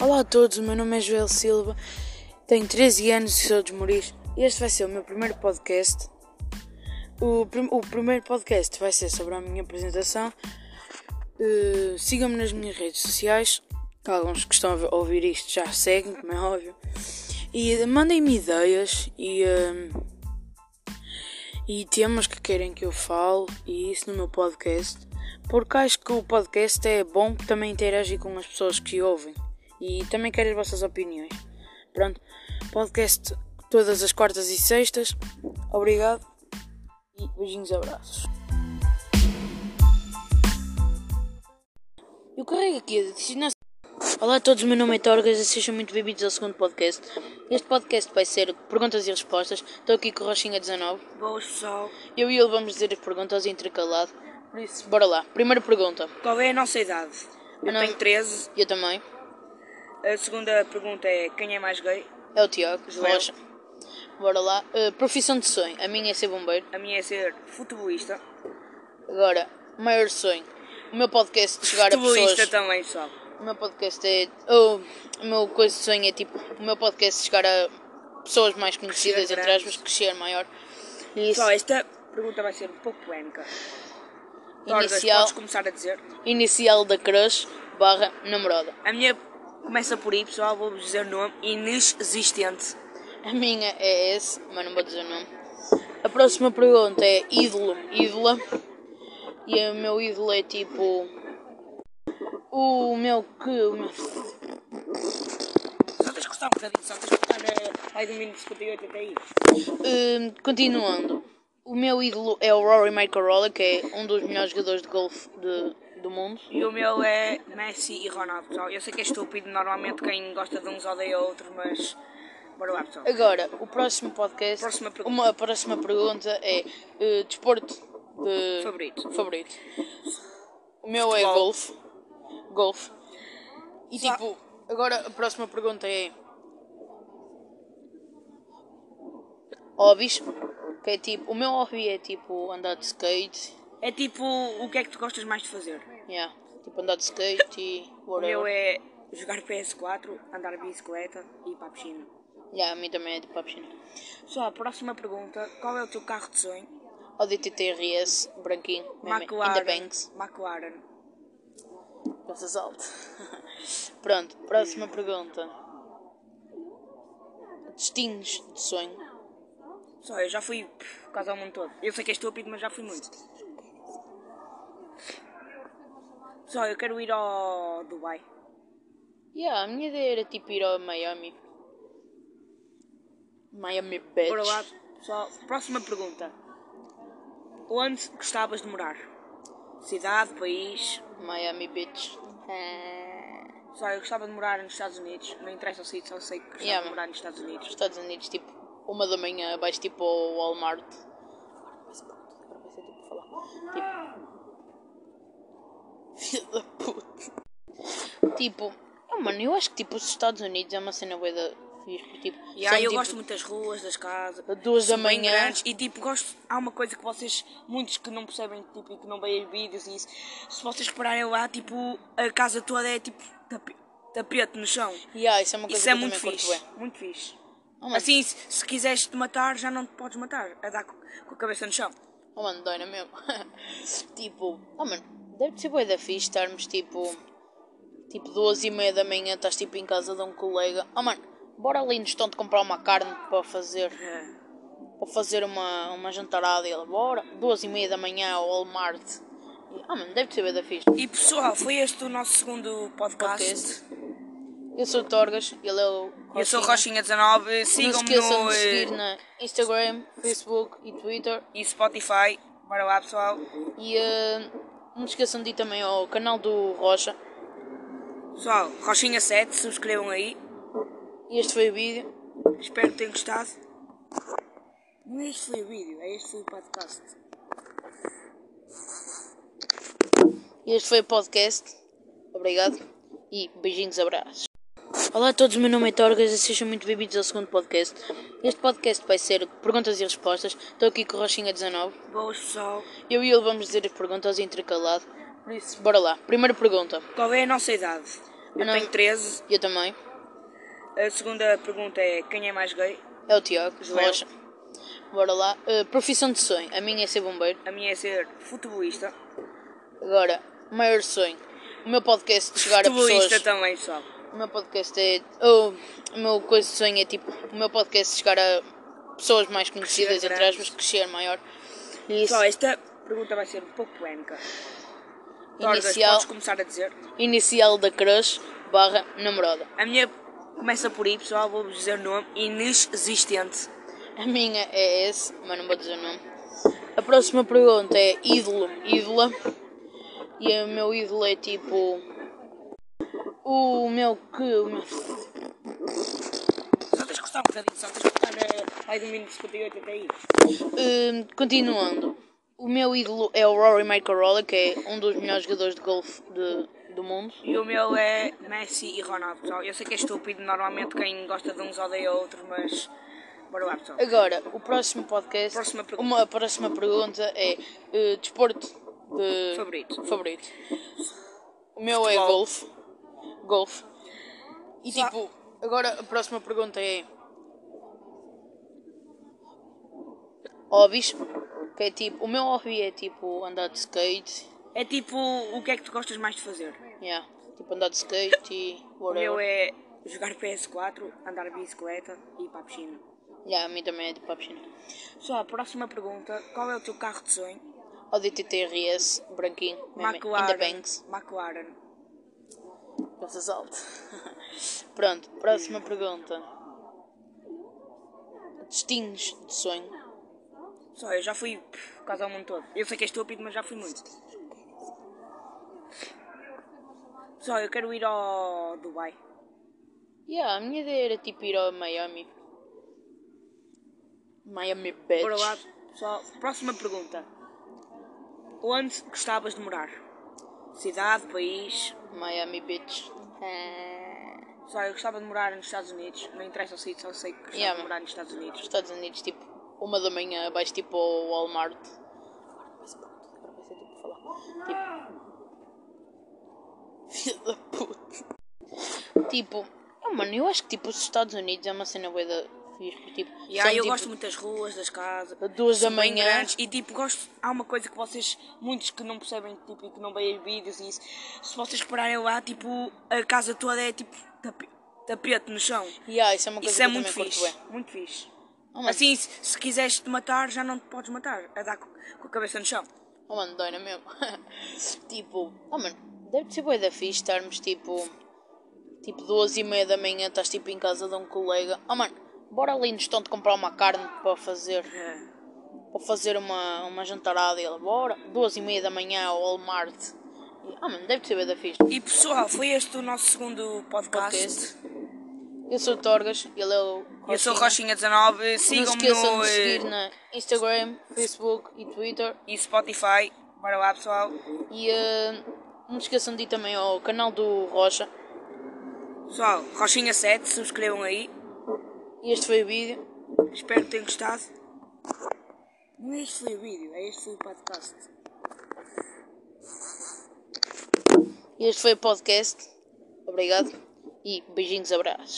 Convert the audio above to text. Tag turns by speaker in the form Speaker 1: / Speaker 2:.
Speaker 1: Olá a todos, o meu nome é Joel Silva, tenho 13 anos e sou de Moris. Este vai ser o meu primeiro podcast. O, prim- o primeiro podcast vai ser sobre a minha apresentação. Eh, Sigam-me nas minhas redes sociais. Alguns que estão a ver- a ouvir isto já seguem, como é óbvio. E eh, mandem-me ideias e, eh, e temas que querem que eu fale e isso no meu podcast. Porque acho que o podcast é bom também interagir com as pessoas que ouvem e também quero as vossas opiniões. Pronto, podcast todas as quartas e sextas. Obrigado e beijinhos e abraços. Eu carrego aqui a designação. Olá a todos, o meu nome é Torgas e sejam muito bem-vindos ao segundo podcast. Este podcast vai ser perguntas e respostas. Estou aqui com o Roxinha19.
Speaker 2: Boas pessoal,
Speaker 1: Eu e ele vamos dizer as perguntas intercalado. Por isso, bora lá. Primeira pergunta.
Speaker 2: qual é a nossa idade? Eu
Speaker 1: A nossa-
Speaker 2: tenho 13.
Speaker 1: Eu também.
Speaker 2: A segunda pergunta é quem é mais gay?
Speaker 1: É o Tiago.
Speaker 2: Joel.
Speaker 1: Rocha. Bora lá. Uh, profissão de sonho. A minha é ser bombeiro.
Speaker 2: A minha é ser futebolista.
Speaker 1: Agora, o maior sonho. O meu podcast de chegar a
Speaker 2: futebolista
Speaker 1: pessoas.
Speaker 2: também, pessoal.
Speaker 1: O meu podcast é. ou o meu coisa de sonho é tipo. O meu podcast de chegar a pessoas mais conhecidas, entre
Speaker 2: grandes.
Speaker 1: aspas, crescer maior. E Isso,
Speaker 2: Pessoal, esta pergunta vai ser um pouco polémica. Tordas,
Speaker 1: inicial,
Speaker 2: podes começar a dizer?
Speaker 1: inicial da crush barra namorada.
Speaker 2: A minha começa por I, pessoal, vou-vos dizer o nome. Inexistente.
Speaker 1: A minha é esse, mas não vou dizer o nome. A próxima pergunta é ídolo, ídola. E o meu ídolo é tipo. O meu que. O meu,
Speaker 2: Só tens que cortar um bocadinho, só tens que cortar eh, aí do mínimo 58 até aí.
Speaker 1: Hum, continuando, o meu ídolo é o Rory McIlroy, que é um dos melhores jogadores de golfe de- do mundo.
Speaker 2: E o meu é Messi e Ronaldo, pessoal. Eu sei que é estúpido, normalmente quem gosta de uns odeia outro, mas... Bora lá, pessoal.
Speaker 1: Agora, o próximo podcast,
Speaker 2: Próxima pergunta.
Speaker 1: uma a próxima pergunta é eh, desporto de
Speaker 2: Favorito.
Speaker 1: favorito. O meu é
Speaker 2: Futebol.
Speaker 1: golfe, golfe. E tipo, agora a próxima pergunta é hobbies, que é tipo, o meu hobby é tipo andar de skate,
Speaker 2: É tipo, o que é que tu gostas mais de fazer?
Speaker 1: yeah, tipo andar de skate e
Speaker 2: O
Speaker 1: whatever.
Speaker 2: meu é jogar PS4, andar de bicicleta e ir para a piscina.
Speaker 1: Yeah, a mim também é de para a piscina.
Speaker 2: Pessoal, próxima pergunta. Qual é o teu carro de sonho?
Speaker 1: O DTTRS, branquinho, mesmo, in the
Speaker 2: McLaren.
Speaker 1: banks,
Speaker 2: McLaren.
Speaker 1: passas alto. Pronto, próxima pergunta. Destinos de sonho.
Speaker 2: Pessoal, eu já fui pff, quase ao mundo todo. Eu sei que é estúpido, mas já fui muito. Pessoal, eu quero ir ao Dubai.
Speaker 1: Yeah, a minha ideia era tipo ir ao Miami. Miami Beach.
Speaker 2: Bora lá, pessoal. Próxima pergunta. Onde gostavas de morar? Cidade, país?
Speaker 1: Miami Beach. Ah,
Speaker 2: Pessoal, eu gostava de morar nos Estados Unidos. Não interessa o sítio, só sei que gostava
Speaker 1: Yeah,
Speaker 2: de
Speaker 1: man.
Speaker 2: morar nos Estados Unidos.
Speaker 1: Estados Unidos, tipo, uma da manhã, vais tipo ao Walmart. tipo Filha da puta. Tipo, ah, mano, eu acho que tipo, os Estados Unidos é uma cena bué da fixe. porque, Tipo,
Speaker 2: E aí
Speaker 1: são,
Speaker 2: eu
Speaker 1: tipo,
Speaker 2: gosto muito das ruas, das casas.
Speaker 1: de duas da
Speaker 2: são bem
Speaker 1: manhã.
Speaker 2: grandes. E tipo, gosto. Há uma coisa que vocês, muitos que não percebem tipo, e que não veem vídeos e isso. Se vocês repararem lá, tipo, a casa toda é tipo tape- tapete no chão.
Speaker 1: Yeah, isso é uma coisa
Speaker 2: Isso
Speaker 1: que
Speaker 2: é
Speaker 1: eu
Speaker 2: muito
Speaker 1: também curto
Speaker 2: fixe.
Speaker 1: bué.
Speaker 2: Muito fixe.
Speaker 1: Oh, mano.
Speaker 2: Assim, se, se quiseres te matar, já não te podes matar. A dar co- com a cabeça no chão.
Speaker 1: Oh mano, dói na mesmo. tipo, oh mano, deve ser bué da fixe estarmos tipo. Tipo, duas e meia da manhã estás tipo em casa de um colega. Oh mano, bora ali no estão de comprar uma carne para fazer. Para fazer uma, uma jantarada e ele, bora, duas e meia da manhã ao Walmart. E, Oh mano, deve ser bué da fixe.
Speaker 2: E pessoal, foi este o nosso segundo podcast.
Speaker 1: Podcast. Eu sou o Torgas, ele é o
Speaker 2: Eu sou
Speaker 1: Roxinha.
Speaker 2: Roxinha19.
Speaker 1: Não se
Speaker 2: Sigam-me
Speaker 1: esqueçam
Speaker 2: no,
Speaker 1: de
Speaker 2: eh,
Speaker 1: seguir na Instagram, Facebook e Twitter.
Speaker 2: e Spotify. Bora lá, pessoal.
Speaker 1: E eh, não se esqueçam de ir também ao canal do Rocha.
Speaker 2: Pessoal, Roxinha7, subscrevam aí.
Speaker 1: E este foi o vídeo.
Speaker 2: Espero que tenham gostado. Não é este foi o vídeo, é este foi o podcast.
Speaker 1: E este foi o podcast. Obrigado. E beijinhos, abraços. Olá a todos, o meu nome é Torgas e sejam muito bem-vindos ao segundo podcast. Este podcast vai ser perguntas e respostas. Estou aqui com o Roxinha19.
Speaker 2: Boas pessoal,
Speaker 1: Eu e ele vamos dizer as perguntas intercalado. Por isso, bora lá. Primeira pergunta.
Speaker 2: qual é a nossa idade? Eu
Speaker 1: Não.
Speaker 2: tenho 13.
Speaker 1: Eu também.
Speaker 2: A segunda pergunta é quem é mais gay?
Speaker 1: É o Tiago,
Speaker 2: Joel.
Speaker 1: Rocha. Bora lá. Uh, profissão de sonho. A minha é ser bombeiro.
Speaker 2: A minha é ser futebolista.
Speaker 1: Agora, maior sonho. O meu podcast de chegar a
Speaker 2: futebolista
Speaker 1: pessoas.
Speaker 2: também, pessoal.
Speaker 1: O meu podcast é. ou o meu coisa de sonho é tipo. O meu podcast de chegar a pessoas mais conhecidas,
Speaker 2: Crescer
Speaker 1: entre aspas,
Speaker 2: grandes.
Speaker 1: crescer maior. E isso,
Speaker 2: Pessoal, esta pergunta vai ser um pouco polémica. Tordas,
Speaker 1: inicial,
Speaker 2: podes começar a dizer.
Speaker 1: inicial da crush barra namorada.
Speaker 2: A minha começa por aí, pessoal. Vou-vos dizer o nome. Inexistente.
Speaker 1: A minha é S, mas não vou dizer o nome. A próxima pergunta é ídolo, ídola. E o meu ídolo é tipo. O meu que. O meu,
Speaker 2: Só tens que cortar um bocadinho. Só tens que cortar eh, aí do minuto 58 até aí.
Speaker 1: Hum, continuando, o meu ídolo é o Rory McIlroy, que é um dos melhores jogadores de golfe de- do mundo.
Speaker 2: E o meu é Messi e Ronaldo, pessoal. Eu sei que é estúpido, normalmente quem gosta de uns odeia outros, mas bora lá, pessoal.
Speaker 1: Agora, o próximo podcast.
Speaker 2: Próxima pergunta.
Speaker 1: uma, a próxima pergunta é eh, desporto de-
Speaker 2: Favorito.
Speaker 1: favorito. O meu é
Speaker 2: Futebol.
Speaker 1: golfe. Golfe. E
Speaker 2: Só-
Speaker 1: tipo, agora a próxima pergunta é. Hobbies. Que é tipo. O meu hobby é tipo andar de skate.
Speaker 2: É tipo, o que é que tu gostas mais de fazer?
Speaker 1: Yeah. Tipo andar de skate e.
Speaker 2: O
Speaker 1: whatever.
Speaker 2: meu é jogar PS4, andar de bicicleta e ir para a piscina.
Speaker 1: Yeah, a mim também é de Papchina.
Speaker 2: Pessoal, próxima pergunta. Qual é o teu carro de sonho?
Speaker 1: Audi TTRS, branquinho, mesmo, in the
Speaker 2: McLaren.
Speaker 1: banks.
Speaker 2: McLaren.
Speaker 1: Pensas alto. Pronto, próxima pergunta. Destinos de sonho.
Speaker 2: Pessoal, eu já fui pff, quase ao mundo todo. Eu sei que é estúpido, mas já fui muito. Pessoal, eu quero ir ao Dubai.
Speaker 1: Yeah, a minha ideia era tipo ir ao Miami. Miami Beach.
Speaker 2: Bora lá, pessoal. um Próxima pergunta. Onde gostavas de morar? Cidade, país?
Speaker 1: Miami Beach. Ah,
Speaker 2: Pessoal, eu gostava de morar nos Estados Unidos. Não interessa o sítio, só sei que gostava
Speaker 1: Yeah,
Speaker 2: de
Speaker 1: man.
Speaker 2: morar nos Estados Unidos.
Speaker 1: Estados Unidos, tipo, uma da manhã, vais tipo ao Walmart. Agora vai ser tipo falar. Tipo. Filho da puta. Tipo, ah, mano, eu acho que tipo os Estados Unidos é uma cena bué da fixe. Tipo,
Speaker 2: E aí
Speaker 1: são,
Speaker 2: eu
Speaker 1: tipo,
Speaker 2: gosto muito das ruas, das casas.
Speaker 1: Duas da
Speaker 2: são bem
Speaker 1: manhã.
Speaker 2: grandes. E tipo, gosto. Há uma coisa que vocês, muitos que não percebem tipo, e que não veem vídeos e isso. Se vocês pararem lá, tipo, a casa toda é tipo tapi- tapete no chão.
Speaker 1: Yeah, isso é uma coisa
Speaker 2: Isso
Speaker 1: que
Speaker 2: é
Speaker 1: eu
Speaker 2: muito
Speaker 1: também
Speaker 2: fixe.
Speaker 1: curto bué.
Speaker 2: Muito fixe.
Speaker 1: Oh, mano.
Speaker 2: Assim, se, se quiseres te matar, já não te podes matar. A dar co- com, a cabeça no chão.
Speaker 1: Oh mano, dói na mesmo. tipo, oh mano, deve ser bué da fixe estarmos tipo. Tipo, duas e meia da manhã, estás tipo em casa de um colega. Oh mano, bora ali no estão de comprar uma carne para fazer. para fazer uma, uma jantarada e ele bora, duas e meia da manhã ao Walmart. E, ah, mano, deve ser bem da fixe.
Speaker 2: E pessoal, foi este o nosso segundo podcast.
Speaker 1: Podcast. Eu sou o Torgas, ele é o Rochinha.
Speaker 2: Eu sou Rochinha19.
Speaker 1: Não se
Speaker 2: Sigam-me
Speaker 1: esqueçam
Speaker 2: no,
Speaker 1: de seguir
Speaker 2: eh,
Speaker 1: na Instagram, Facebook e Twitter.
Speaker 2: e Spotify. Bora lá, pessoal.
Speaker 1: E eh, não se esqueçam de ir também ao canal do Rocha.
Speaker 2: Pessoal, Rochinha7, subscrevam aí.
Speaker 1: E este foi o vídeo.
Speaker 2: Espero que tenham gostado. Não é este foi o vídeo, é este foi o podcast.
Speaker 1: E este foi o podcast. Obrigado. E beijinhos, abraços.